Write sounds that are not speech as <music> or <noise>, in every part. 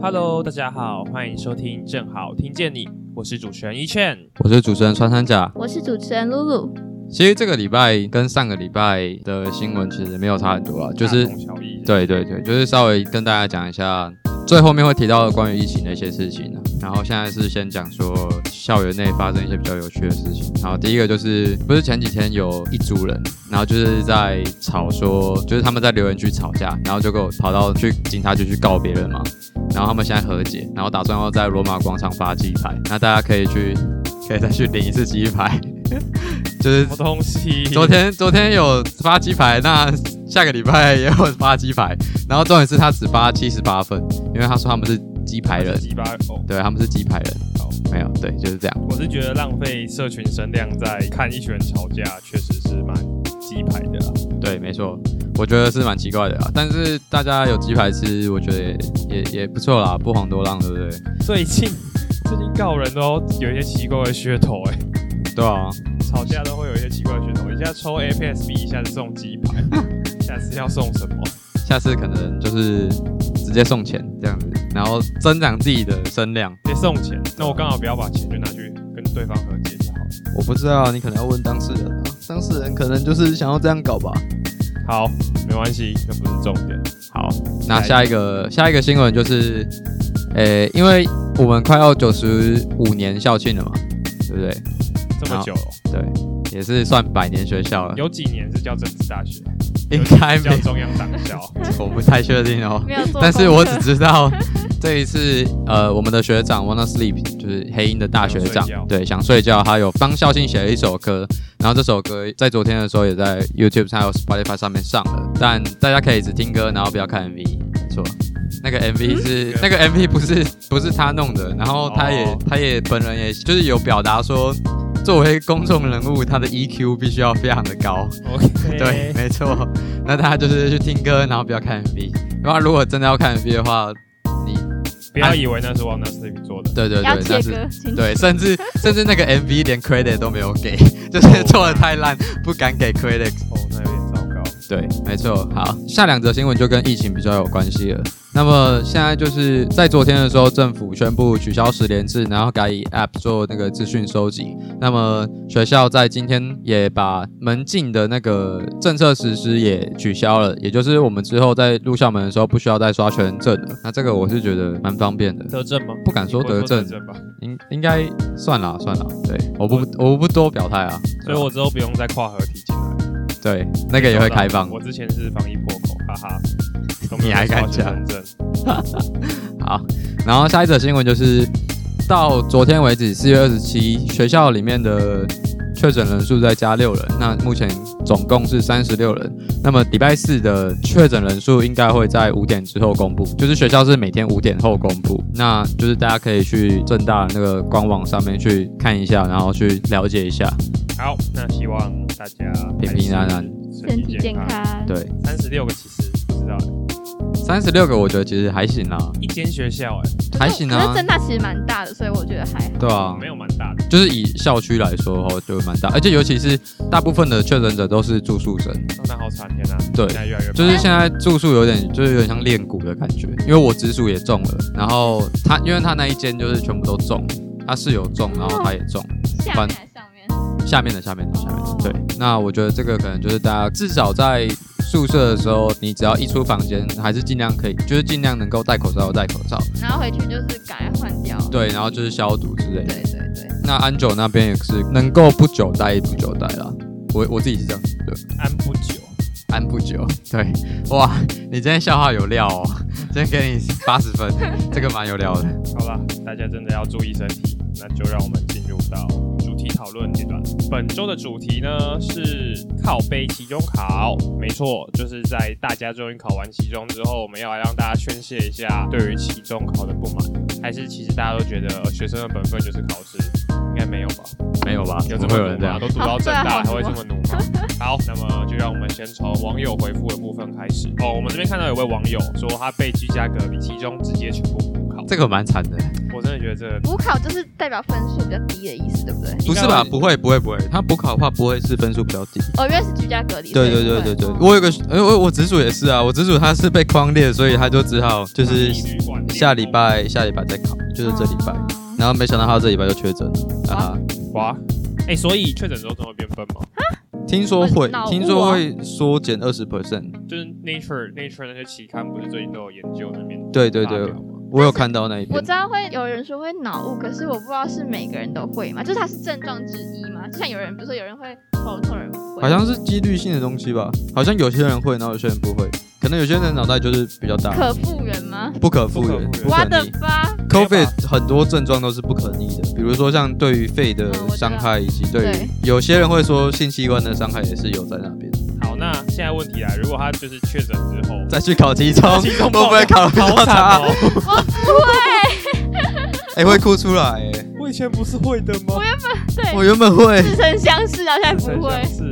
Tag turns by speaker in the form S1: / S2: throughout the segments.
S1: Hello，大家好，欢迎收听《正好听见你》，我是主持人一倩。
S2: 我是主持人穿山甲。
S3: 我是主持人露露，
S2: 其实这个礼拜跟上个礼拜的新闻其实没有差很多啦，就是
S1: 大同小异，
S2: 对对对，就是稍微跟大家讲一下，最后面会提到关于疫情的一些事情啊。然后现在是先讲说校园内发生一些比较有趣的事情。然后第一个就是，不是前几天有一组人，然后就是在吵说，就是他们在留言区吵架，然后结果跑到去警察局去告别人嘛。然后他们现在和解，然后打算要在罗马广场发鸡排，那大家可以去，可以再去领一次鸡排， <laughs> 就是
S1: 什么东
S2: <laughs>
S1: 西？
S2: 昨
S1: <laughs>
S2: 天昨天有发鸡排，那下个礼拜也有发鸡排。然后重点是他只发七十八份，因为他说他们是鸡排人，
S1: 鸡巴哦，
S2: 对他们是鸡排人。
S1: 好，
S2: 没有，对，就是这样。
S1: 我是觉得浪费社群声量在看一群人吵架，确实是蛮鸡排的啦。
S2: 对，没错，我觉得是蛮奇怪的啦。啊但是大家有鸡排吃，我觉得也也也不错啦，不遑多让，对不对？
S1: 最近最近告人都有一些奇怪的噱头、哎，
S2: 对啊，
S1: 吵架都会有一些奇怪的噱头，一下抽 FSB，一下子送鸡排， <laughs> 下次要送什么？
S2: 下次可能就是直接送钱这样子，然后增长自己的声量。
S1: 别送钱，那我刚好不要把钱就拿去跟对方和解就好了。
S2: 我不知道，你可能要问当事人啊，当事人可能就是想要这样搞吧。
S1: 好，没关系，那不是重点。
S2: 好，那下一个下一个新闻就是，呃，因为我们快要九十五年校庆了嘛，对不对？
S1: 这么
S2: 好
S1: 久了，
S2: 对，也是算百年学校了，
S1: 有几年是叫政治大学，
S2: 应该
S1: 有几
S2: 没
S1: 年是叫中央党校。
S2: 我不太确定哦。
S3: 没有做功课，
S2: 但是我
S3: <laughs>
S2: 只知道这一次，呃，我们的学长 Wanna Sleep 就是黑鹰的大学
S1: 想
S2: 长
S1: 睡觉，
S2: 对，想睡觉，他有帮校庆写了一首歌，然后这首歌在昨天的时候也在 YouTube 还有 Spotify 上面上了，但大家可以只听歌，然后不要看 MV，没错。那个
S3: 嗯
S2: MV 是那个 MV 不是不是他弄的，然后他也、
S1: 嗯哦
S2: 他也本人也就是有表达说，作为公众人物，他的 EQ 必须要非常的高。
S1: OK，
S2: <laughs> 对，，没错。那大家就是去听歌，然后不要看 MV。那如果真的要看 MV 的话，你
S1: 不要以为那是 w a n n a Sleep 做
S2: <laughs>
S1: 的，
S2: 对对
S3: 要
S2: 对，
S3: 切
S2: 那是
S3: 割，请
S2: 对，甚至甚至那个 MV 连 credit 都没有给，
S3: <laughs>
S2: 就是做的太烂，不敢给 credit。
S1: 哦，那有点糟糕。
S2: 对，没错。好，下两则新闻就跟疫情比较有关系了。那么现在就是在昨天的时候，政府宣布取消十连制，然后改以 App 做那个资讯收集。那么学校在今天也把门禁的那个政策实施也取消了，也就是我们之后在入校门的时候不需要再刷全证了。那这个我是觉得蛮方便的，
S1: 德政吗？
S2: 不敢说
S1: 你不会
S2: 得政，
S1: 政吧，
S2: 应应该算啦算啦。对，我不我不多表态啊，
S1: 所以我之后不用再跨合体进来。
S2: 对那个也会开放。
S1: 我之前是防疫破口，哈哈。都没有
S2: <laughs> 你还敢
S1: 跨去
S2: 讲
S1: 认证？
S2: 好，然后下一则新闻就是到昨天为止，四月二十七，学校里面的确诊人数再加六人，那目前总共是三十六人。那么礼拜四的确诊人数应该会在五点之后公布，就是学校是每天五点后公布，那就是大家可以去正大那个官网上面去看一下，然后去了解一下。
S1: 好，那希望大家
S2: 平平安安，
S3: 身
S1: 身
S3: 体
S1: 体
S3: 健
S1: 健康。
S3: 康，
S2: 对，
S1: 三十六个其实不知道，
S2: 三十六个我觉得其实还行啦、啊
S1: 一间学校哎，
S2: 还行
S3: 可
S2: 啊
S3: 是，正大其实蛮大的，所以我觉得还好。
S2: 对啊，
S1: 没有蛮大的，
S2: 就是以校区来说哦，就蛮大，而且尤其是大部分的确诊者都是住宿生，
S1: 上大好惨天呐，
S2: 对
S1: 现在越来越
S2: 就是现在住宿有点就是有点像练骨的感觉，因为我直属也中了，然后他因为他那一间就是全部都中，他室友中，然后他也中，
S3: 下面还是上面，
S2: 下面的下面的下面的
S3: 哦，
S2: 对，那我觉得这个可能就是大家至少在宿舍的时候，你只要一出房间，还是尽量可以，就是尽量能够戴口罩就戴口罩，
S3: 然后回去就是赶快换掉。
S2: 对，然后就是消毒之类的。
S3: 对对对，
S2: 那安九那边也是能够不久待不久待啦，我我自己是这样，对。
S1: 安不久，
S2: 安不久。对，哇，你今天笑话有料哦，今天给你八十 <laughs> 分，这个蛮有料的。
S1: 好啦，大家真的要注意身体。那就让我们进入到主题讨论阶段。本周的主题呢是靠背期中考，没错，就是在大家终于考完期中之后，我们要来让大家宣泄一下对于期中考的不满，还是其实大家都觉得呃学生的本分就是考试，应该没有吧？
S2: 没有吧？
S1: 有这么
S2: 不啊会有人
S1: 努
S2: 这
S1: 吗？
S2: 样？
S1: 都读到正大
S3: 好
S1: 还
S3: 对
S1: 会
S3: 啊
S1: 这么努吗？好，那么就让我们先从网友回复的部分开始。哦，我们这边看到有位网友说他被居家隔离，其中直接全部补考。
S2: 这个蛮惨的。
S1: 我真的觉得这个
S3: 补考就是代表分数比较低的意思，对不对？
S2: 不是吧？不会，不会，不会。他补考的话，不会是分数比较低。
S3: 哦，因为是居家隔离。
S2: 对
S3: 所以
S2: 对对对
S3: 不
S2: 对
S3: 会，
S2: 我有个，哎、我我直属也是啊，我直属他是被框列，所以他就只好就是
S1: 旅馆
S2: 下礼拜下礼拜再考，就是这礼拜。
S3: 哦
S2: 然后没想到他这礼拜就确诊了啊！
S1: 哇，哎、所以确诊之后真的会变笨吗？
S2: 听说
S3: 会
S2: 会
S3: 脑雾啊，
S2: 听说会缩减二十 percent。
S1: 就是 Nature Nature 那些期刊不是最近都有研究那边
S2: 对对对
S1: 发表吗
S2: 我有看到那一
S3: 我
S2: 篇
S3: 知，道会有人说会脑雾，可是我不知道是每个人都会嘛，就是它是症状之一嘛。就像有人，比如说有人会头痛，有人不会。
S2: 好像是几率性的东西吧？好像有些人会，然后有些人不会，可能有些人的脑袋就是比较大，
S3: 可复原吗？
S2: 不可复
S1: 不可复
S2: 原，
S1: 原
S2: 不
S3: 我
S2: 可
S3: 的
S2: 逆。
S3: 妈！
S2: COVID 很多症状都是不可逆的，比如说像对于肺的
S3: 嗯我知道
S2: 伤害，以及对
S3: 对
S2: 于有些人会说性器官的伤害也是有在那
S3: <laughs>
S2: 边。
S1: 好，那现在问题来，如果他就是确诊之
S2: <laughs>
S1: 后，
S2: 再去考体重，
S1: 体
S2: 会
S1: 重
S2: 不会考比
S1: 好
S2: 较
S1: 惨
S2: 差？
S1: 哦！
S2: 哎，会哭出来哎！
S1: 我以前不是会的吗？
S3: 对，
S2: 我原本会，
S3: 似曾相识啊，
S2: 哎
S3: 现在不会，
S1: 是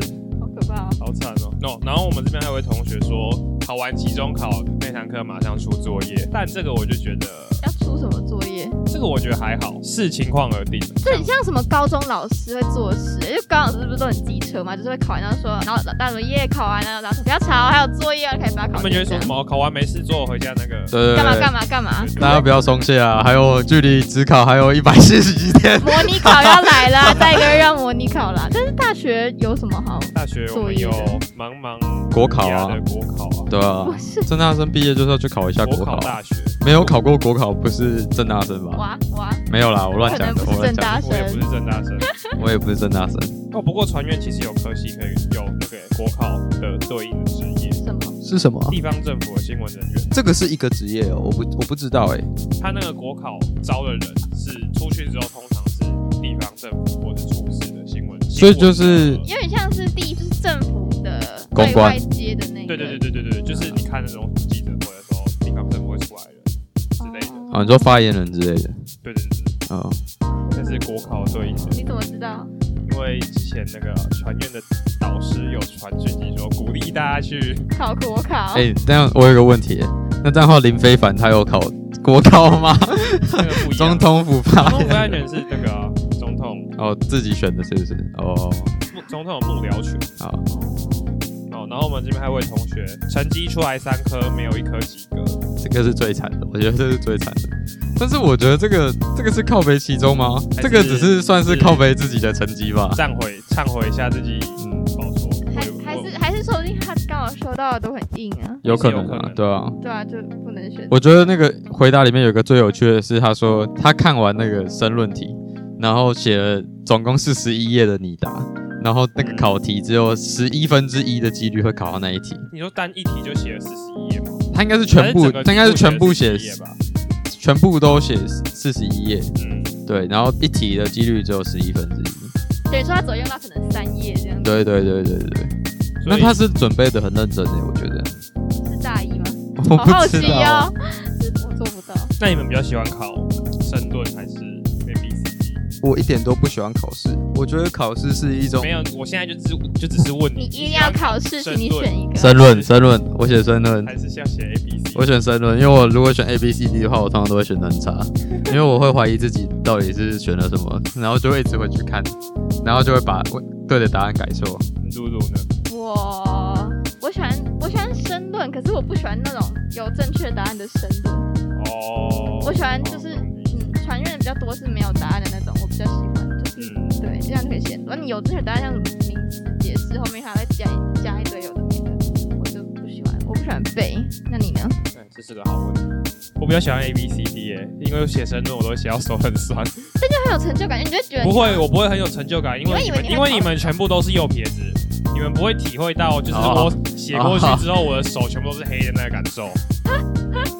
S3: 好可怕哦。
S1: 好惨哦。No，然后我们这边还有位同学说，考完期中考那堂课马上出作业，但这个我就觉得，
S3: 要出什么作业？
S1: 这个我觉得还好，视情况而定。
S3: 这很像什么高中老师会做的事，因为高中老师不是都很机车嘛，就是会考完然后说，然后大家说啊耶考完了，然后说不要吵，还有作业要开始把它考。
S1: 他们就会说什？么考呃完没事做，回家那个。
S2: 对对
S3: <laughs> 干嘛
S2: 对
S3: 干嘛干嘛？
S2: 大家不要松懈啊！还有距离职考还有一百四十几
S1: 呃
S2: 天，
S3: 模拟考要
S1: <laughs>
S3: 来啦，再一个月要模拟考啦。但是大学有什么好？
S1: 大学我们有
S3: 作业
S1: 茫茫
S2: 国考啊
S1: 对国考啊，
S2: 对啊
S3: 不，是
S2: 郑大生毕业就是要去考一下国
S1: 国
S2: 考
S1: 考
S2: 啊，
S1: 大学，
S2: 没有考过国考不是郑大生吧？
S3: 哇哇，
S2: 没有啦，我乱
S3: 可
S2: 讲
S3: 能
S2: 的，
S3: 不
S2: 我
S3: 是
S2: 乱
S3: 正
S2: 讲
S3: 大
S2: 的，
S3: 生
S1: 我也不是正大生。
S2: 我也不是郑大生，
S1: 哦，不过船员其实有科系可以有那个国考的对应的职业，
S3: 什么？
S2: 是什么？啊
S3: 哦
S1: 地方政府的新闻人员，
S2: 这个是一个职业哦，我不我不知道哎、
S1: 他那个国考招的人是出去之后通常是地方政府或是出事的新闻，
S2: 所以就是
S1: 新闻
S3: 有点像是第一就是政府的
S2: 公
S3: 对
S2: 关
S3: 外接的那个。
S1: 对对对对对对，就是你看那种记者会的时候，地方政府会出来的之类的，
S3: 哦
S2: 啊，你说发言人之类的
S1: 对对对对，
S2: 啊、哦
S1: 但是国考对应的，
S3: 你怎么知道？
S1: 因为之前那个船院的导师有传讯息说鼓励大家去 <laughs>
S3: 考国考？
S2: 哎、这样我有个问题、欸，那这样的话林非凡他有考国考吗？
S1: 那个不一样，
S2: 总统府
S1: 总
S2: 发
S1: 统
S2: 言
S1: 发言
S2: 人
S1: 人是那个啊总统
S2: 哦，自己选的是不是？哦，
S1: 幕总统有幕僚群。
S2: 好，
S1: 哦，然后我们这边还有位同学，成绩出来三科，没有一科及格。
S2: 这个是最惨的，我觉得这是最惨的。但是我觉得这个这个是靠北其中吗？
S1: 还是
S2: 这个只是算是靠北自己的成绩吧。
S1: 忏悔，忏悔一下自己
S2: 嗯，
S1: 不好说，
S3: 还
S1: 我也
S3: 还
S2: 哦
S3: 是
S1: 我
S3: 还是说不定他刚好收到的都很硬啊。
S2: 有可能
S1: 有可
S2: 啊
S1: 能，
S2: 对啊。
S3: 对啊，就不能选。
S2: 我觉得那个回答里面有一个最有趣的是，他说他看完那个申论题，然后写了总共四十一页的拟答，然后那个考题只有十一分之一的几率会考到那一题。
S1: 你说单一题就写了四十一页吗？
S2: 他应该是全
S1: 还
S2: 部，
S1: 整个
S2: 他应该是全部
S1: 题
S2: 写
S1: 目，41页吧？
S2: 全部都写四十一页，
S1: 嗯，
S2: 对，然后一题的几率只有十一分之一。
S3: 等于说他左右到可能三页这样子，
S2: 对对对对对对。
S1: 所
S2: 那
S1: 以
S2: 他是准备的很认真的，我觉得。
S3: 是大一吗？
S2: 我
S3: 好好
S2: 不
S3: 奇
S2: 知
S3: 哦
S2: 道，，啊
S3: 我做不到。
S1: 那你们比较喜欢考申论还是 A B C D？
S2: 我一点都不喜欢考试，我觉得考试是一种
S1: 没有，我现在就只就只是问
S3: 你
S1: 你，
S3: 一定要考试，请你选一个。
S2: 申论申论，我写申论，
S1: 还是要写 A B C？
S2: 我选申论，因为我如果选 A B C D 的话，我通常都会选得很差，因为我会怀疑自己到底是选了什么，然后就会一直回去看，然后就会把我对的答案改错。
S1: 露露呢？
S3: 我我喜欢我喜欢申论，可是我不喜欢那种有正确答案的申论。
S1: 哦，
S3: 我喜欢就是
S1: 哦懂你
S3: 嗯，传阅的比较多是没有答案的那种，我比较喜欢。就是
S1: 嗯，
S3: 对，这样可以写。如果你有正确答案，像什么名词解释，后面还会加一加一堆有的没的，我就不喜欢。我不喜欢背。那你呢？
S1: 哎这是个好问题。我比较喜欢 A B C D 耶，因为写申论我都写到手很酸。
S3: 就很有成就感，你就会觉得
S1: 不会，我不会很有成就感，因为你
S3: 你会以为
S1: 们
S3: 你会
S1: 因为
S3: 考
S1: 你们全部都是右撇子，你们不会体会到就是我
S2: 哦
S1: 写过去之后，我的手全部都是黑的那个感受。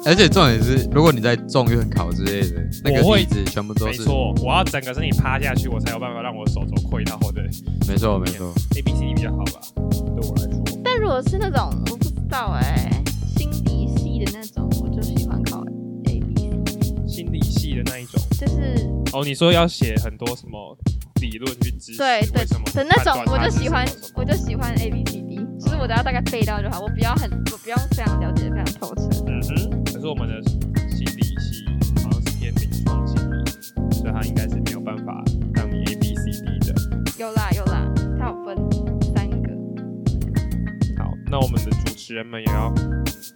S2: 而且重点是，如果你在众院考之类的，那个
S1: 我会
S2: 例子全部都
S1: 没
S2: 是
S1: 错，我要整个身体趴下去，我才有办法让我的手肘跪到我的
S2: 没错没错，
S1: A B C D 比较好吧，对我来说。
S3: 但如果是那种我不知道哎、心理系的那种，我就喜欢考 A B C，
S1: 心理系的那一种
S3: 就是
S1: 哦，你说要写很多什么理论去支持
S3: 对对
S1: 为什么
S3: 的那种
S1: 判，
S3: 我
S1: 断它
S3: 就是喜欢
S1: 什么什，么
S3: 我就喜欢 A B C D，就是我只要大概背到就好，我不
S1: 嗯
S3: 要很，我不用非常了解，非常透彻。
S1: 嗯哼。可是我们的心理系好像是它应该是没有办法让你 A B C D 的。
S3: 有啦有啦，它有分三个。
S1: 好，那我们的主持人们也要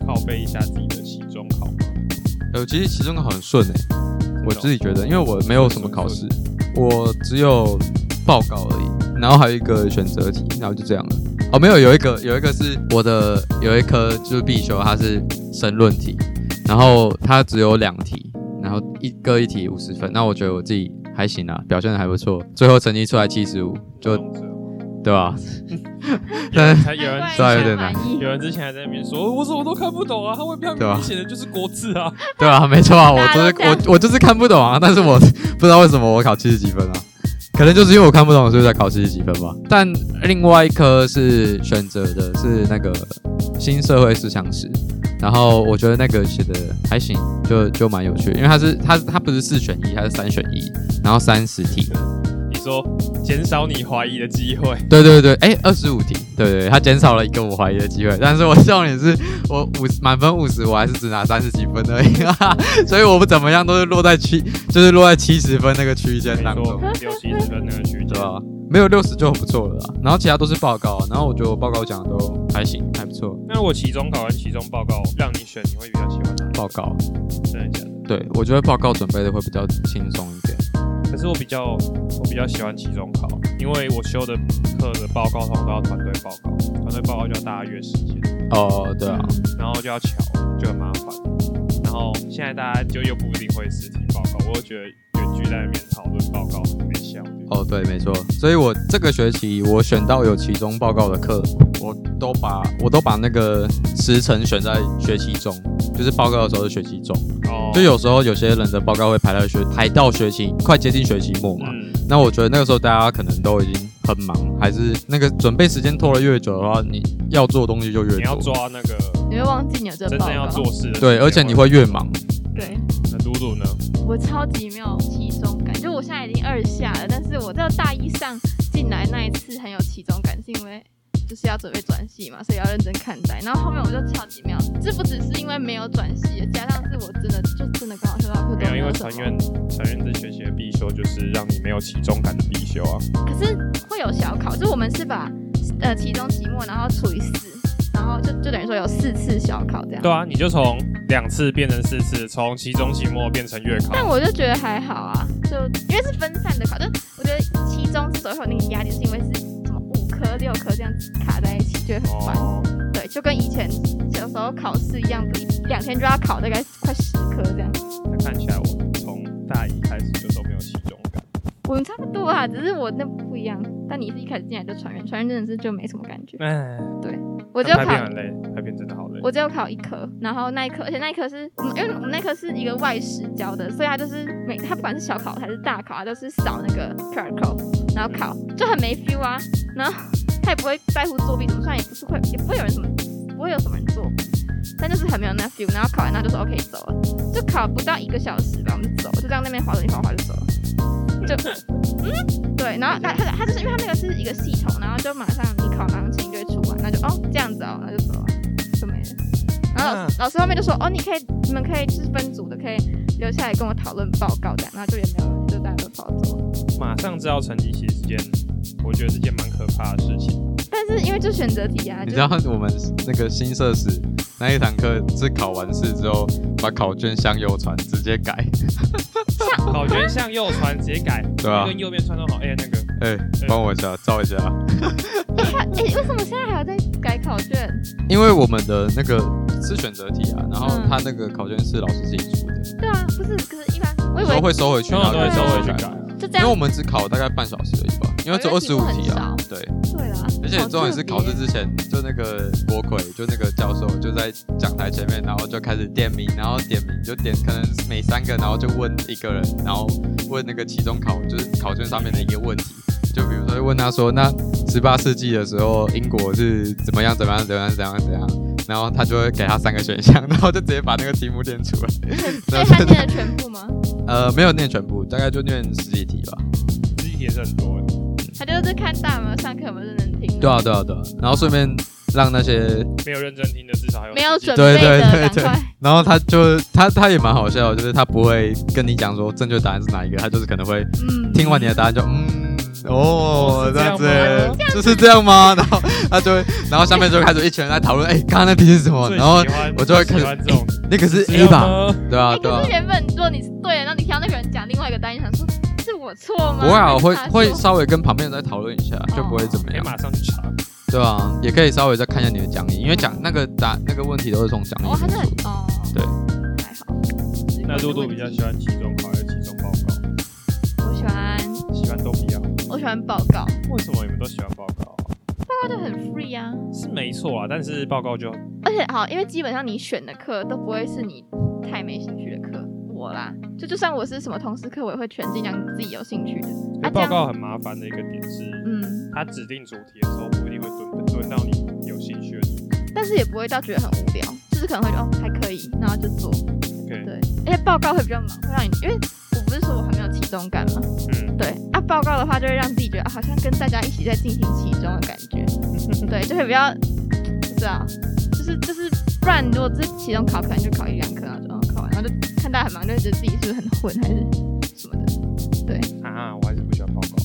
S1: 靠背一下自己的期中考吗？
S2: 呃，其实期中考很顺诶、我自己觉得，因为我没有什么考试，我只有报告而已，然后还有一个选择题，然后就这样了。哦，没有，有一个有一个是我的有一科就是必修，它是申论题，然后它只有两题，然后一各一题五十分。那我觉得我自己还行啊，表现的还不错，最后成绩出来七十五，就
S1: 动辄
S2: 对吧？
S1: 有人才
S2: <laughs>
S1: 有人
S3: 难
S2: 这
S3: 怪
S2: 样有
S3: 你
S2: 点
S3: 很
S2: 难
S3: 满意
S1: 有人之前还在那边说，我什么都看不懂啊，他会标
S2: 对啊
S1: 明显的就是国字啊。
S2: <laughs> 对啊，没错啊，我
S3: 大
S2: 就
S3: 家
S2: 是
S3: 都这样
S2: 我我就是看不懂啊，但 <laughs> 是我不知道为什么我考七十几分啊，可能就是因为我看不懂，所以才考七十几分吧。但另外一科是选择的，是那个新社会思想史，然后我觉得那个写的还行，就就蛮有趣，因为它是它它不是四选一，它是三选一，然后三十题，
S1: 你说减少你怀疑的机会，
S2: 对对对，哎，二十五题，对对对，它减少了一个我怀疑的机会，但是我重点是 <laughs> 我五十满分五十，我还是只拿三十几分而已、 <laughs> 所以我不怎么样都是落在七，就是落在七十分那个区间
S1: 没
S2: 当
S1: 错
S2: 中，，
S1: 六七十分那个区
S2: 对
S1: 间。
S2: 啊吧？没有六十就很不错了啦，然后其他都是报告，啊然后我觉得我报告讲的都还行，还不错。
S1: 那如果期中考完期中报告让你选，你会比较喜欢哪一个？
S2: 报告，
S1: 真的假的？
S2: 对我觉得报告准备的会比较轻松一点。
S1: 可是我比较我比较喜欢期中考，因为我修的课的报告通常都要团队报告，团队报告就要大家约时间，
S2: 哦，对啊，
S1: 然后就要瞧，就很麻烦。然后现在大家就又不一定会实体报告，我又觉得远距在那边讨论报告很没效率。
S2: 哦，对，没错。所以我这个学期我选到有期中报告的课，我都把我都把那个时程选在学期中，就是报告的时候是学期中。
S1: 哦，
S2: 就有时候有些人的报告会排到学排到学期快接近学期末嘛。
S1: 嗯，
S2: 那我觉得那个时候大家可能都已经很忙，还是那个准备时间拖得越久的话，你要做的东西就越
S1: 你要
S2: 多。
S1: 抓那个
S3: 你会忘记你有这个
S1: 真
S3: 报
S1: 正
S3: 告。
S1: 要做事的时间。
S2: 对，而且你会越忙。
S3: 对，
S1: 那嘟嘟呢？
S3: 我超级没有期中感，就我现在已经二下了，但是我到大一上进来那一次很有期中感，是因为就是要准备转系嘛，所以要认真看待。然后后面我就超级没有，这不只是因为没有转系，加上是我真的就真的刚好修到课
S1: 没
S3: 都
S2: 啊
S1: 有，
S3: 没
S1: 因为
S3: 有什
S1: 传
S3: 么。
S1: 院传院这学期的必修就是让你没有期中感的必修啊。
S3: 可是会有小考，就我们是把呃期中、期末，然后除以四，然后就就等于说有四次小考这样。
S1: 对啊，你就从两次变成四次，从期中、期末变成月考。
S3: 但我就觉得还好啊，就因为是分散的考，但我觉得期中之所以会有那个压力，是因为是什么五科六科这样子卡在一起，就会很烦。
S1: 哦，
S3: 对，就跟以前小时候考试一样，不一两天就要考大概快十科这样。
S1: 那看起来我从大一开始就都没有期中感。
S3: 我们差不多啊，只是我那不一样。但你是一开始进来就传人，传人真的是就没什么感觉。
S1: 哎，
S3: 我只有
S1: 但拍片
S3: 考，
S1: 很累，拍片真的好累。
S3: 我只有考一科，然后那一科，而且那一科是嗯因为我们那科是一个外师教的，所以他就是每他不管是小考还是大考，他都是扫那个 QR code，然后考就很没 feel 啊。然后他也不会在乎作弊怎么算，也不是会也不会有人什么不会有什么人作弊，但就是很没有那 feel。然后考完那就说 OK 走了，就考不到一个小时吧，我们就走，就这样那边划手机划划就走了，就嗯对。然后他他他就是因为他那个是一个系统，然后就马上你考马上成绩就会出完，那就哦这样子哦，那就走了，就没了。然后
S2: 嗯
S3: 老师老师后面就说哦，你可以你们可以就是分组的，可以留下来跟我讨论报告这样，然后就也没有人，就大家都跑走了。
S1: 马上知道成绩其实是件，我觉得是件蛮可怕的事
S3: <laughs>
S1: 情。
S3: 但是因为就选择题啊，
S2: 你
S3: 就
S2: 知道我们那个新设施那一堂课是考完试之后把考卷向右传，直接改。
S1: 考卷向右传，直接改，
S2: 对啊
S1: 跟右边传都好。哎、那个
S2: 哎、帮我一下，照一下。
S3: 哎、为什么现在还要在改考卷？
S2: 因为我们的那个是选择题啊，然后
S3: 嗯
S2: 他那个考卷是老师自己出的，
S3: 对啊，不是，可是一般我以
S2: 所以
S3: 为
S2: 会收回去，
S1: 全
S2: 然
S1: 部
S2: 后
S1: 都会
S2: 就
S1: 收回去
S2: 自己
S1: 改。
S3: 就这
S2: 因为我
S3: 样。
S2: 们只考大概半小时而已吧，因为只二
S3: 哦
S2: 十
S3: 因
S2: 五
S3: 为题目
S2: 题啊
S3: 很，
S2: 对，
S3: 对啦，
S2: 而且重点是考试之前，就那个国魁，就那个教授就在讲台前面，然后就开始点名，然后点名就点，可能每三个，然后就问一个人，然后问那个期中考，就是考卷上面的一个问题，就比如说哎问他说，那十八世纪的时候英国是怎么样怎么样怎么样怎么样怎么样，然后他就会给他三个选项，然后就直接把那个题目念出
S3: <laughs>
S2: 来。
S3: 所以他念了全部吗？
S2: 呃，没有念全部，大概就念十几题吧。
S1: 自己也是很多哎、
S3: 他就是看大有没有上课有没有认真听。
S2: 啊对啊，对啊，对啊。然后顺便让那些，
S1: 没有认真听的，至少还有
S3: 没有
S1: 实际
S3: 准备
S2: 对对
S3: 的，
S2: 对
S3: 赶
S2: 对 <laughs>
S3: 快。
S2: 然后他就他他也蛮好笑的，就是他不会跟你讲说正确答案是哪一个，他就是可能会
S3: 嗯，
S2: 听完你的答案就嗯。哦，
S1: 是这
S2: 这样
S1: 样
S2: 子
S1: 吗
S2: 就是这样吗？然后他就会，然后下面就开始一群人在讨论，哎，刚刚那题是什么？
S1: 最
S2: 然后
S1: 喜欢
S2: 我就会
S1: 最
S2: 开
S1: 喜
S2: 始
S1: 欢这种
S2: 那个是
S1: 这
S2: A
S1: 样
S2: 吧？
S1: 吗？
S2: 对啊，
S3: 哎，
S2: 对
S3: 可
S2: 啊
S3: 是。原本如果你是对的，那你听到那个人讲另外一个单，你想说是我错吗？
S2: 不会啊，我会
S3: 还是他
S2: 会
S3: 错
S2: 稍微跟旁边人再讨论一下，就不会怎么
S1: 可以
S2: 样。
S1: 哎马上去查。
S2: 对啊，也可以稍微再看一下你的讲义，因为讲那个答那个问题都是从讲义
S3: 哦，他
S2: 出
S3: 是很
S2: 的。
S3: 哦，
S2: 对，
S3: 还好。
S1: 那多多比较喜欢期中考还是期中报告？
S3: 我喜欢
S1: 喜欢都比较好。
S3: 我喜欢报告，
S1: 为什么你们都喜欢报告啊？
S3: 报告就很 free 啊，
S1: 是没错啊，但是报告就
S3: 而且好，因为基本上你选的课都不会是你太没兴趣的课。我啦，就就算我是什么同事课，我也会全尽量自己有兴趣的。啊，这
S1: 欸报
S3: 样，
S1: 告很麻烦的一个点是，
S3: 嗯，
S1: 它指定主题的时候不一定会蹲蹲到你有兴趣的主题。
S3: 但是也不会到觉得很无聊，就是可能会觉得哦还可以，然后就做。
S1: OK，
S3: 对，而且报告会比较忙，会让你因为我不是说我很没有期中感嘛，
S1: 嗯，
S3: 对啊，报告的话就会让自己觉得、啊好像跟大家一起在进行其中的感
S1: <laughs>
S3: 觉，对，就会比较不知道，就是就是，不然如果这期中考可能就考一两科，然后就、哦、考完，然后就看大家很忙，就会觉得自己是不是很混还是什么的。
S1: 啊，我还是不喜欢报告，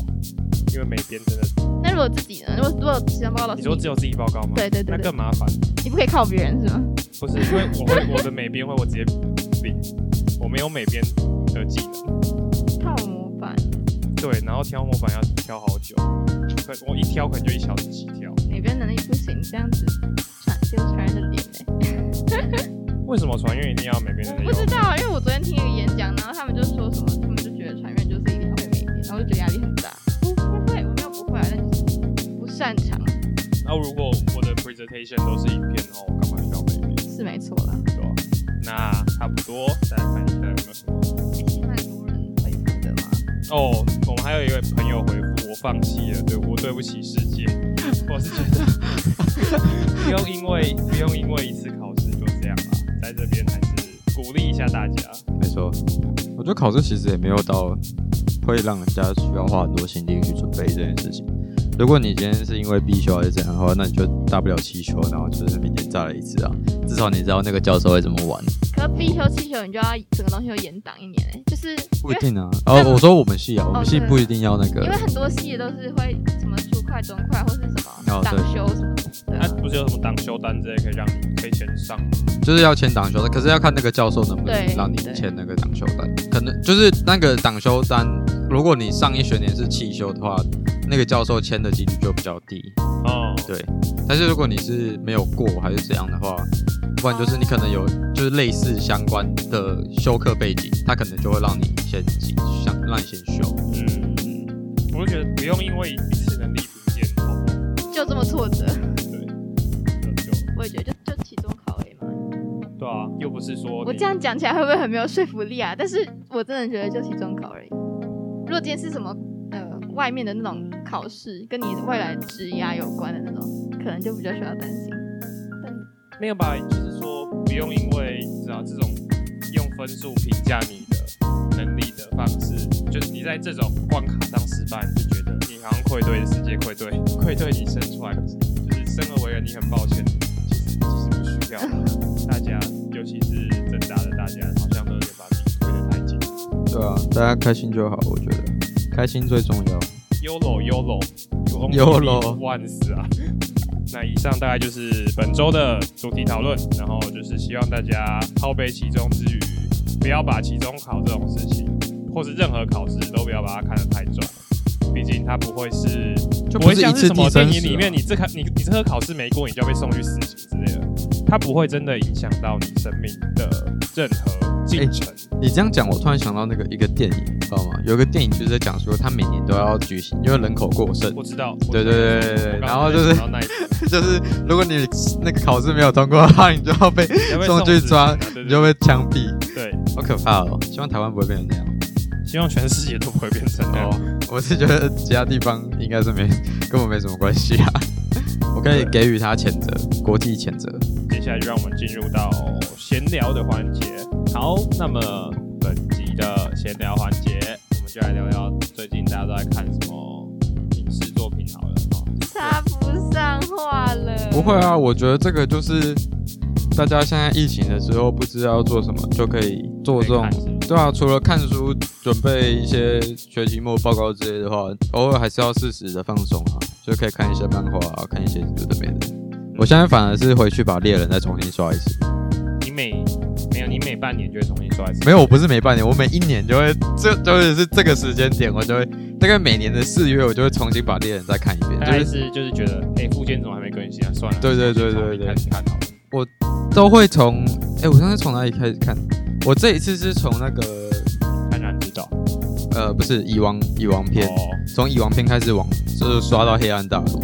S1: 因为每边真的，
S3: 那如果自己呢？如果如果期中报告老师
S1: 你说只有自己报告吗？
S3: 对对对
S1: 那
S3: 对
S1: 更麻烦。
S3: 你不可以靠别人是吗？
S1: 不是，因为我会我的美编会我直接领，我没有美编的技能。
S3: 靠模板，
S1: 对，然后挑模板要挑好久，可我一挑可能就一小时起跳。
S3: 哪边能力不行，这样子传丢传人的脸呢、
S1: 为什么船员一定要美编
S3: 我
S1: 的内
S3: 不知
S1: 容？
S3: 道啊，因为我昨天听一个演讲，然后他们就说什么，他们就觉得传院就是一定要会美编，然后我就觉得压力很大。不不会，我没有不会啊，但就是不擅长
S1: 那如果我的 presentation 都是影片的话，我干嘛需要美编？
S3: 是没错啦。
S1: 对吧、那差不多，再来看一下有没有什么。
S3: 还是蛮多人会复的嘛。
S1: 哦，我们还有一位朋友回复我放弃了，对我对不起世界，我是觉得不用因为不用因为一次考试就这样啦，在这边还是鼓励一下大家。
S2: 没错，我觉得考试其实也没有到会让人家需要花很多心力去准备这件事情。如果你今天是因为必修还是怎样的话，那你就大不了弃修，然后就是明天再来一次啊。至少你知道那个教授会怎么玩。
S3: 可是必修、气球，你就要整个东西都延档一年哎、就是因
S2: 不一
S3: 为
S2: 定啊。哦，我说我们系啊，我们系
S3: 对啊
S2: 不一定要那个
S3: 因为。很多系都是会什么初快、中快或是什
S2: 哦对
S3: 么党修什么的，对
S1: 它
S3: 啊，
S1: 不是有什么挡修单之类可以让你可以先上吗？
S2: 就是要签党修单，可是要看那个教授能不能
S3: 对
S2: 让你
S3: 对
S2: 签那个党修单。可能就是那个党修单，如果你上一学年是弃修的话，那个教授签的几率就比较低。
S1: 哦，
S2: 对，但是如果你是没有过还是怎样的话，不然就是你可能有就是类似相关的修课背景，他可能就会让你先进，想让你先修。
S1: 嗯，我就觉得不用因为一次能力评鉴好不好
S3: 就这么挫折，
S1: 就就
S3: 我也觉得就就期中考而已嘛。
S1: 对啊，又不是说
S3: 我
S1: 你
S3: 这样讲起来会不会很没有说服力啊？但是我真的觉得就期中考而已。如果今天是什么呃外面的那种考试，跟你未来职涯有关的那种，可能就比较需要担心。
S1: 没有吧？就是说不用因为你知道这种用分数评价你的能力的方式，就是你在这种关卡上失败，你就觉得你好像愧对世界，愧对愧对你生出来，就是生而为人，你很抱歉。其实其实不需要的，大家尤其是正大的大家，好像都有点把自己推得太紧。
S2: 对啊，大家开心就好，我觉得开心最重要。
S1: YOLO YOLO only
S2: YOLO
S1: live once 啊。 <laughs> 那以上大概就是本周的主题讨论，然后就是希望大家靠背期中之余，不要把期中考这种事情，或是任何考试都不要把它看得太重，毕竟它不会是
S2: 就
S1: 不
S2: 不
S1: 会
S2: 是一
S1: 像
S2: 次
S1: 是什么
S2: 地
S1: 电
S2: 生
S1: 影
S2: 死、啊
S1: 里面，你这考你你这科考试没过，你就要被送去死刑之类的，它不会真的影响到你生命的任何进程。
S2: 你这样讲，我突然想到那个一个电影，你知道吗？有一个电影就是在讲说，他每年都要举行，因为人口过剩，
S1: 我知道，
S2: 对对对对对
S1: 我刚刚
S2: 然后
S1: 在
S2: 就是
S1: 想到那一部
S2: <laughs> 就是如果你那个考试没有通过的话，你就要被
S1: 要被
S2: 送
S1: 送
S2: 去
S1: 死
S2: 抓
S1: 刑啊对
S2: 你
S1: 对
S2: 就被枪毙，
S1: 对。
S2: 好可怕哦！希望台湾不会变成那样。
S1: 希望全世界都不会变成那样。
S2: 哦，我是觉得其他地方应该是没跟我没什么关系 <laughs> 啊。我可以给予他谴责，国际谴责。
S1: 接下来就让我们进入到闲聊的环节。好，那么本集的闲聊环节，我们就来聊聊最近大家都在看什么影视作品好了。哦
S3: 他不上话了。
S2: 不会啊，我觉得这个就是大家现在疫情的时候不知道要做什么，就可以做这种
S1: 可以看是不是
S2: 对啊，除了看书、准备一些学期末报告之类的话，偶尔还是要适时的放松啊，就可以看一些漫画啊，看一些有的没的。我现在反而是回去把猎人再重新刷一次，
S1: 你每没有你每半年就会重新刷一次，
S2: 没有，我不是每半年，我每一年就会，这就是是这个时间点，我就会大概每年的四月，我就会重新把猎人再看一遍，
S1: 大
S2: 就
S1: 概
S2: 是
S1: 是就是觉得哎，附件怎么还没更新啊？算了，
S2: 对对对
S1: 重新
S2: 对对
S1: 开始看好了。
S2: 都会从，哎、我上次从哪里开始看？我这一次是从那个，
S1: 看然知道
S2: 呃，不是蚁王蚁王篇，
S1: 哦，
S2: 从蚁王篇开始往就是刷到黑暗大陆，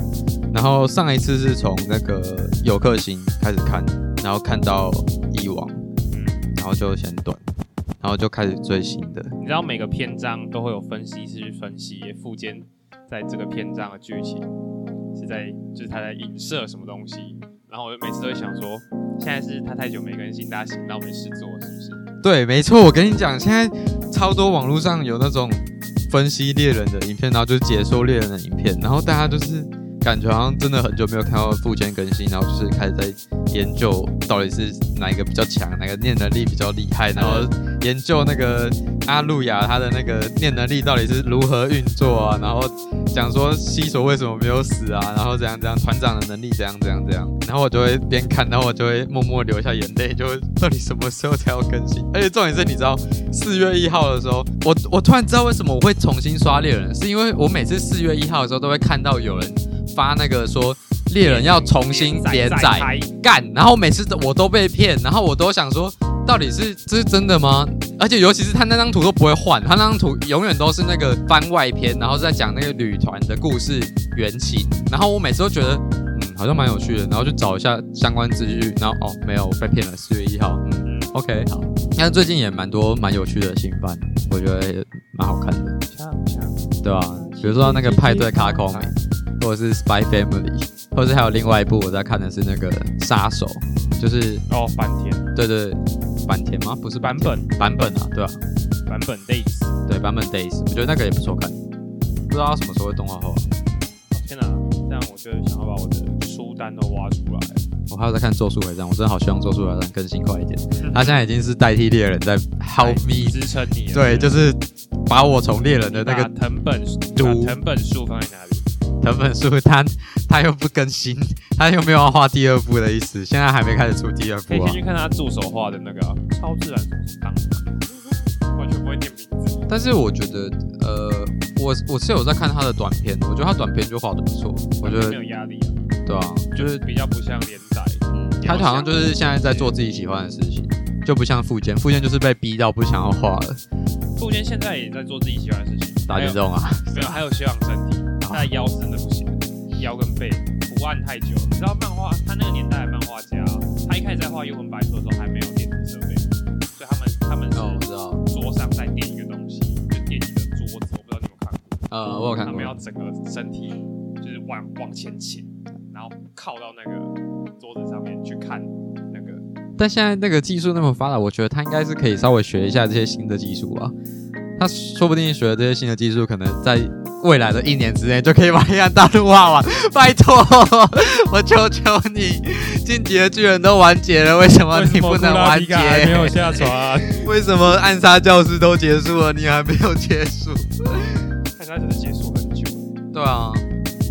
S2: 然后上一次是从那个有克星开始看，然后看到蚁王，
S1: 嗯，
S2: 然后就先断，然后就开始追新的。
S1: 你知道每个篇章都会有分析师去分析附件在这个篇章的剧情是在就是他在影射什么东西，然后我就每次都会想说，现在是他太久没更新，大家闲到没事做是不是？
S2: 对，没错，我跟你讲，现在超多网络上有那种分析猎人的影片，然后就是解说猎人的影片，然后大家就是感觉好像真的很久没有看到附件更新，然后就是开始在研究到底是哪一个比较强，哪个念能力比较厉害，然后研究那个阿路亚他的那个念能力到底是如何运作啊，然后讲说西索为什么没有死啊，然后怎样怎样，团长的能力怎样怎样怎样，然后我就会边看，然后我就会默默流下眼泪，就会到底什么时候才要更新？ <laughs> 而且重点是，你知道四月一号的时候，我我突然知道为什么我会重新刷猎人，是因为我每次四月一号的时候都会看到有人发那个说猎人要重新连载，
S1: 开
S2: 干，然后每次都我都被骗，然后我都想说，到底是这是真的吗？而且尤其是他那张图都不会换，他那张图永远都是那个番外篇，然后在讲那个旅团的故事缘起，然后我每次都觉得。嗯，好像蛮有趣的，然后去找一下相关资讯，然后哦，没有，我被骗了，四月一号，嗯
S1: 嗯，
S2: ，OK，好。但最近也蛮多蛮有趣的新番，我觉得也蛮好看的，
S1: 恰恰
S2: 对吧、比如说那个派对卡口美，或者是 Spy Family，或者是还有另外一部我在看的是那个杀手，就是
S1: 哦，坂田哦
S2: 对对坂田吗？不是
S1: 版
S2: 坂
S1: 本
S2: 版本啊，对吧、
S1: 版本 days，、哦、
S2: 对版本 Days，我觉得那个也不错看，不知道它什么时候会动画化。
S1: 天哪！这样我就想要把我的书单都挖出来。
S2: 我还有在看《咒术回战》，我真的好希望《咒术回战》更新快一点。它现在已经是代替猎人在 help
S1: 你
S2: me，
S1: 支撑你了。啊
S2: 对，就是是啊把我从猎人的那个
S1: 藤本
S2: 读
S1: 把藤本树放在哪里？
S2: 藤本树，他他又不更新，他又没有要画第二部的意思，现在还没开始出第二
S1: 可以
S2: 部啊
S1: 先。去看他助手画的那个啊、超自然手术当堂，完全不会念名字。
S2: 但是我觉得，呃，我我是有在看他的短片，我觉得他短片就画的不错，我觉
S1: 没
S2: 得
S1: 有压力啊，
S2: 对啊，就
S1: 就是
S2: 是
S1: 比较不像连载。
S2: 嗯，他好像就是现在在做自己喜欢的事情，就不像富坚，富坚就是被逼到不想要画了，
S1: 富坚现在也在做自己喜欢的事情，
S2: 打啊
S1: 还
S2: 这
S1: 有
S2: 种啊，
S1: 没有，还有修养身体，他的腰是真的不行，腰跟背图案太久了。你知道漫画，他那个年代的漫画家，啊他一开始在画幽魂白书的时候还没有电子设备，所以他们他们
S2: 哦，我
S1: 是
S2: 知道，
S1: 桌上再垫一个东西，就垫一个桌子，我不知道你有没有看过。
S2: 呃，我有看
S1: 他
S2: 过
S1: 们，要整个身体就是往往前倾，然后靠到那个桌子上面去看那个。
S2: 但现在那个技术那么发达，我觉得他应该是可以稍微学一下这些新的技术啊，他说不定学了这些新的技术，可能在未来的一年之内就可以把黑暗大陆画完， <laughs> 拜托，我求求你，进击的巨人都完结了，为什么你不能完结？欸
S1: 下船？
S2: <laughs> 为什么暗杀教室都结束了，你还没有结束？
S1: <laughs> 看他只是结束很久，
S2: 对啊，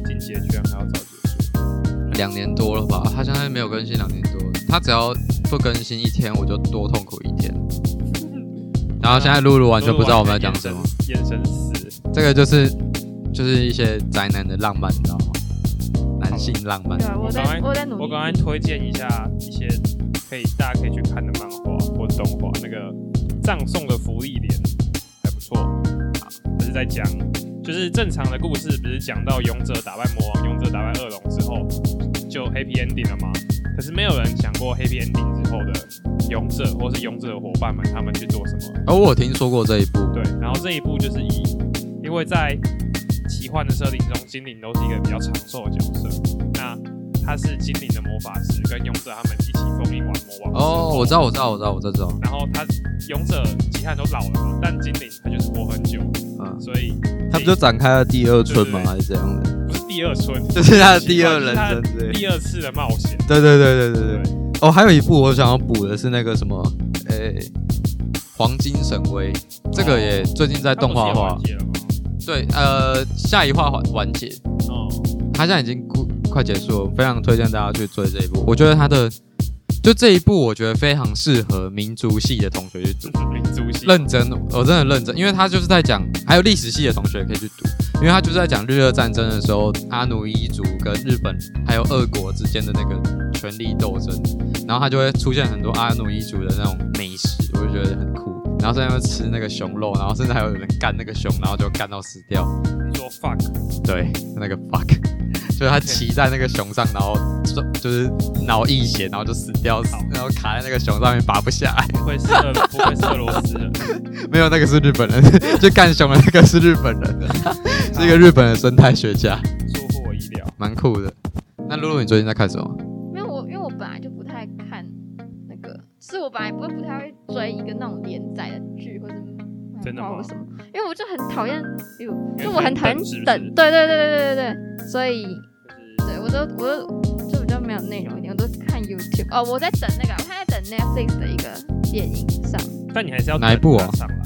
S1: 进阶居然还要早结束。
S2: 两年多了吧，他现在没有更新两年多，他只要不更新一天，我就多痛苦一天。然后现在露露完全不知道我们在讲什么，
S1: 眼神，眼神死。
S2: 这个就是就是一些宅男的浪漫，你知道吗？男性浪漫
S3: 对，，啊我
S1: 我
S3: 在
S1: 刚才
S3: 我在努
S1: 我
S3: 力。
S1: 刚才推荐一下一些可以大家可以去看的漫画或动画，那个《葬送的福利莲》还不错，就是在讲，就是正常的故事，不是讲到勇者打败魔王，勇者打败恶龙之后就 happy ending 了吗？可是没有人想过 happy ending 之后的勇者或是勇者的伙伴们，他们去做什么？
S2: 而哦我有听说过这一部，
S1: 对，然后这一部就是以，因为在奇幻的设定中，精灵都是一个比较长寿的角色。那他是精灵的魔法师，跟勇者他们一起封印完魔王。
S2: 哦，我知。道，我知道，我知道，我知道，
S1: 然后他勇者其他人都老了嘛，但精灵他就是活很久，
S2: 嗯，
S1: 所以
S2: 他不就展开了第二春吗？
S1: 对对对
S2: 还是怎样的？
S1: 不是第二春，
S2: 这是他的第二人生之类的。
S1: 第二次的冒险。
S2: 对对对对对对
S1: 对。，
S2: 哦，还有一部我想要补的是那个什么，呃、黄金神威，这个也最近在动画化
S1: 他。不是也完结了吗？
S2: 对，呃，下一话完完结，
S1: 哦，
S2: 它现在已经快快结束了，非常推荐大家去追这一部。我觉得它的就这一部，我觉得非常适合民族系的同学去读
S1: 这。是民族性。
S2: 认真，我真的认真，因为他就是在讲，还有历史系的同学可以去读，因为他就是在讲日俄战争的时候，阿努伊族跟日本还有俄国之间的那个权力斗争，然后他就会出现很多阿努伊族的那种美食，我就觉得很酷。然后在那边吃那个熊肉，然后甚至还有人干那个熊，然后就干到死掉。
S1: 你说 fuck，
S2: 对，那个 fuck，就是 <laughs> 他骑在那个熊上，然后就就是脑溢血，然后就死掉，然后卡在那个熊上面拔不下来。
S1: 不愧是俄，不愧是俄罗斯人， <laughs>
S2: 没有，那个是日本人，就干熊的那个是日本人，是一个日本的生态学家，
S1: 出乎我意料。
S2: 蛮酷的。那露露，你最近在看什么？
S3: 没有我，因为我本来就不太看那个，是我本来不不太会追一个那种连载的剧或者
S1: 真的吗
S3: 漫画或什么，因为我就很讨厌，哎呦
S1: 因为
S3: 就我很讨厌
S1: 等是不是
S3: 等，对对对对对对对，所以
S1: 就是
S3: 对我都我都就比较没有内容一点，我都是看 YouTube 哦，我在等那个，我还在等 Netflix 的一个电影上，
S1: 但你还是要
S2: 哪一部啊
S1: 等它上来，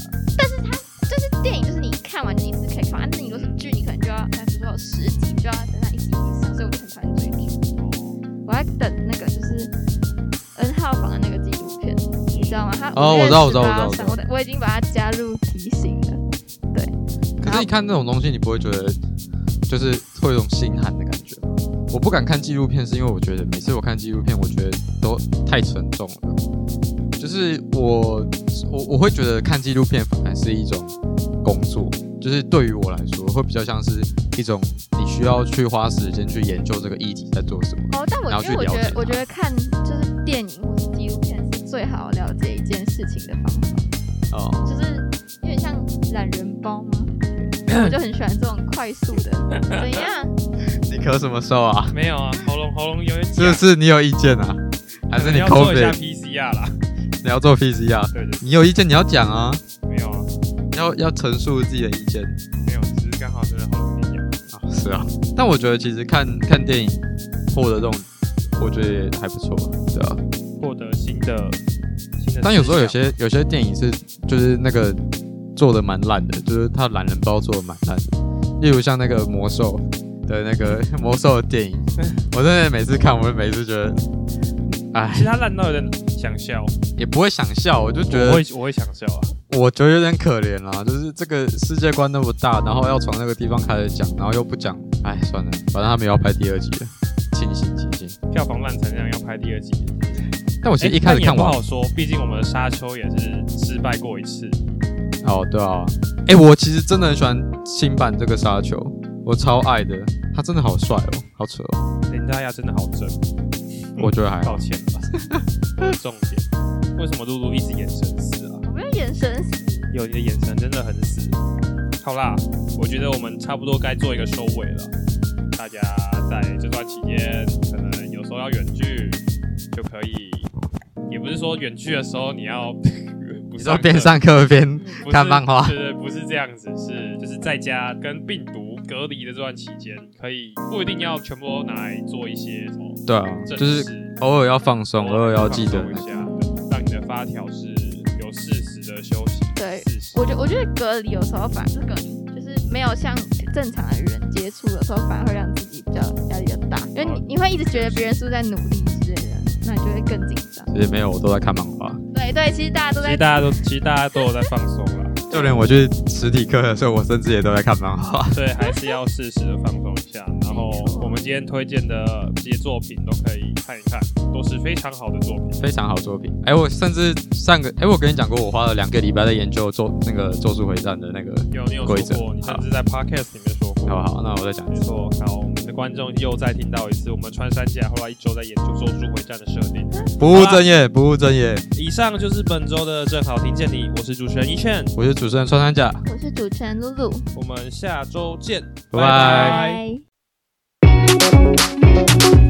S3: 就是电影就是你看完你一次可以看完，啊但是你如果是剧，你可能就要，它比如说有十集，就要等它一集一集上，所以我就很讨厌追剧。
S1: 哦
S3: 我还等那个就是，N 号房的那个纪录片，你知道吗？他
S2: 哦我知道我知道我知道我知道
S3: 我我已经把它加入提醒了。
S2: 可是你看这种东西，你不会觉得就是会有一种心寒的感觉吗？我不敢看纪录片，是因为我觉得每次我看纪录片，我觉得都太沉重了。就是我我我会觉得看纪录片反而是一种工作，就是对于我来说，会比较像是一种你需要去花时间去研究这个议题在做什么。
S3: 哦，但我
S2: 然后
S3: 因为我
S2: 去了
S3: 觉
S2: 解
S3: 得
S2: 它
S3: 我觉得看就是电影或是纪录片是最好了解一件事情的方法，
S2: 哦、
S3: 就是有点像懒人包吗？我就很喜欢这种快速的，
S1: <laughs>
S3: 怎样？
S2: 你咳什么嗽啊？
S1: 没有啊，喉咙喉咙有点
S2: 是不
S1: 痒，
S2: 是你有意见啊？还是你
S1: 要做一下
S2: COVID？
S1: PCR 啦？
S2: 你要做 PCR？
S1: 对对，
S2: 你有意见你要讲啊，
S1: 对没有啊，
S2: 要要陈述自己的意见。
S1: 没有，只是刚好真的喉咙有点痒。
S2: 啊，是啊。但我觉得其实看看电影获得这种，我觉得也还不错，对啊。
S1: 获得新的新的。
S2: 但有时候有，些有些电影是就是那个做的蛮烂的，就是他懒人包做的蛮烂的，例如像那个魔兽的那个魔兽的
S1: <laughs>
S2: 电影，我真的每次看，我就每次觉得，
S1: 其
S2: 哎，
S1: 实他烂到有点想笑，
S2: 也不会想笑，我就觉
S1: 我
S2: 得
S1: 会我会想笑啊。
S2: 我觉得有点可怜啦，就是这个世界观那么大，然后要从那个地方开始讲，然后又不讲，哎，算了，反正他们也要拍第二集了，清醒清醒。
S1: 票房烂成这样，要拍第二季。
S2: 但我
S1: 我
S2: 其实一开始看
S1: 不
S2: 完，
S1: 好说，毕竟我们的沙丘也是失败过一次。
S2: 哦，对啊，哎、我其实真的很喜欢新版这个沙丘，我超爱的，他真的好帅哦，好扯哦，
S1: 林大亚真的好真，
S2: 我觉得还嗯好
S1: 道，歉了吧。不是重点，为什么露露一直眼神死啊？
S3: 我没有眼神死，
S1: 有你的眼神真的很死。好啦，我觉得我们差不多该做一个收尾了。大家在这段期间，可能有时候要远距，就可以，也不是说远距的时候你要 <laughs> 不
S2: 你
S1: 上
S2: 说
S1: 课
S2: 边上课边
S1: 不是
S2: 看漫画
S1: 对对，不是这样子，是就是在家跟病毒隔离的这段期间，可以不一定要全部都拿来做一些什么
S2: 对啊，
S1: 正
S2: 就是
S1: 事
S2: 偶尔要放松，偶尔要记得
S1: 放松
S2: 那
S1: 一
S2: 个
S1: 下，对让你的发条是有适时的休息。
S3: 对
S1: 适时
S3: 我觉我觉得隔离有时候反而是隔离，就是没有像正常的人接触，有时候反而会让自己比较压力比较大，因为
S1: 哦
S3: 你你会一直觉得别人是不是在努力之类的，那你就会更紧张。
S2: 其实没有，我都在看漫画，
S3: 对对，其实大家都
S1: 其
S3: 在
S1: 实大家都其实大家都有在放松啦，
S2: 就连我去实体课的时候，我甚至也都在看漫画。
S1: 对，还是要适时的放松一下。然后我们今天推荐的这些作品都可以看一看，都是非常好的作品。
S2: 非常好作品。哎、我甚至上个哎、我跟你讲过，我花了两个礼拜在研究做那个《咒术回战》的那个。
S1: 有你有
S2: 规
S1: 说
S2: 则
S1: 过，你甚至在 podcast 里面说过。
S2: 好好，那我再讲一
S1: 没
S2: 次。
S1: 错，好，我们的观众又再听到一次，我们穿山甲花了一周在研究《咒术回战》的设定。
S2: 不务正业，不务正业。
S1: 以上就是本周的正好听见你，我是主持人一倩，
S2: 我是主持人穿山甲，
S3: 我是主持人露露，
S1: 我们下周见，
S2: 拜拜
S1: 拜。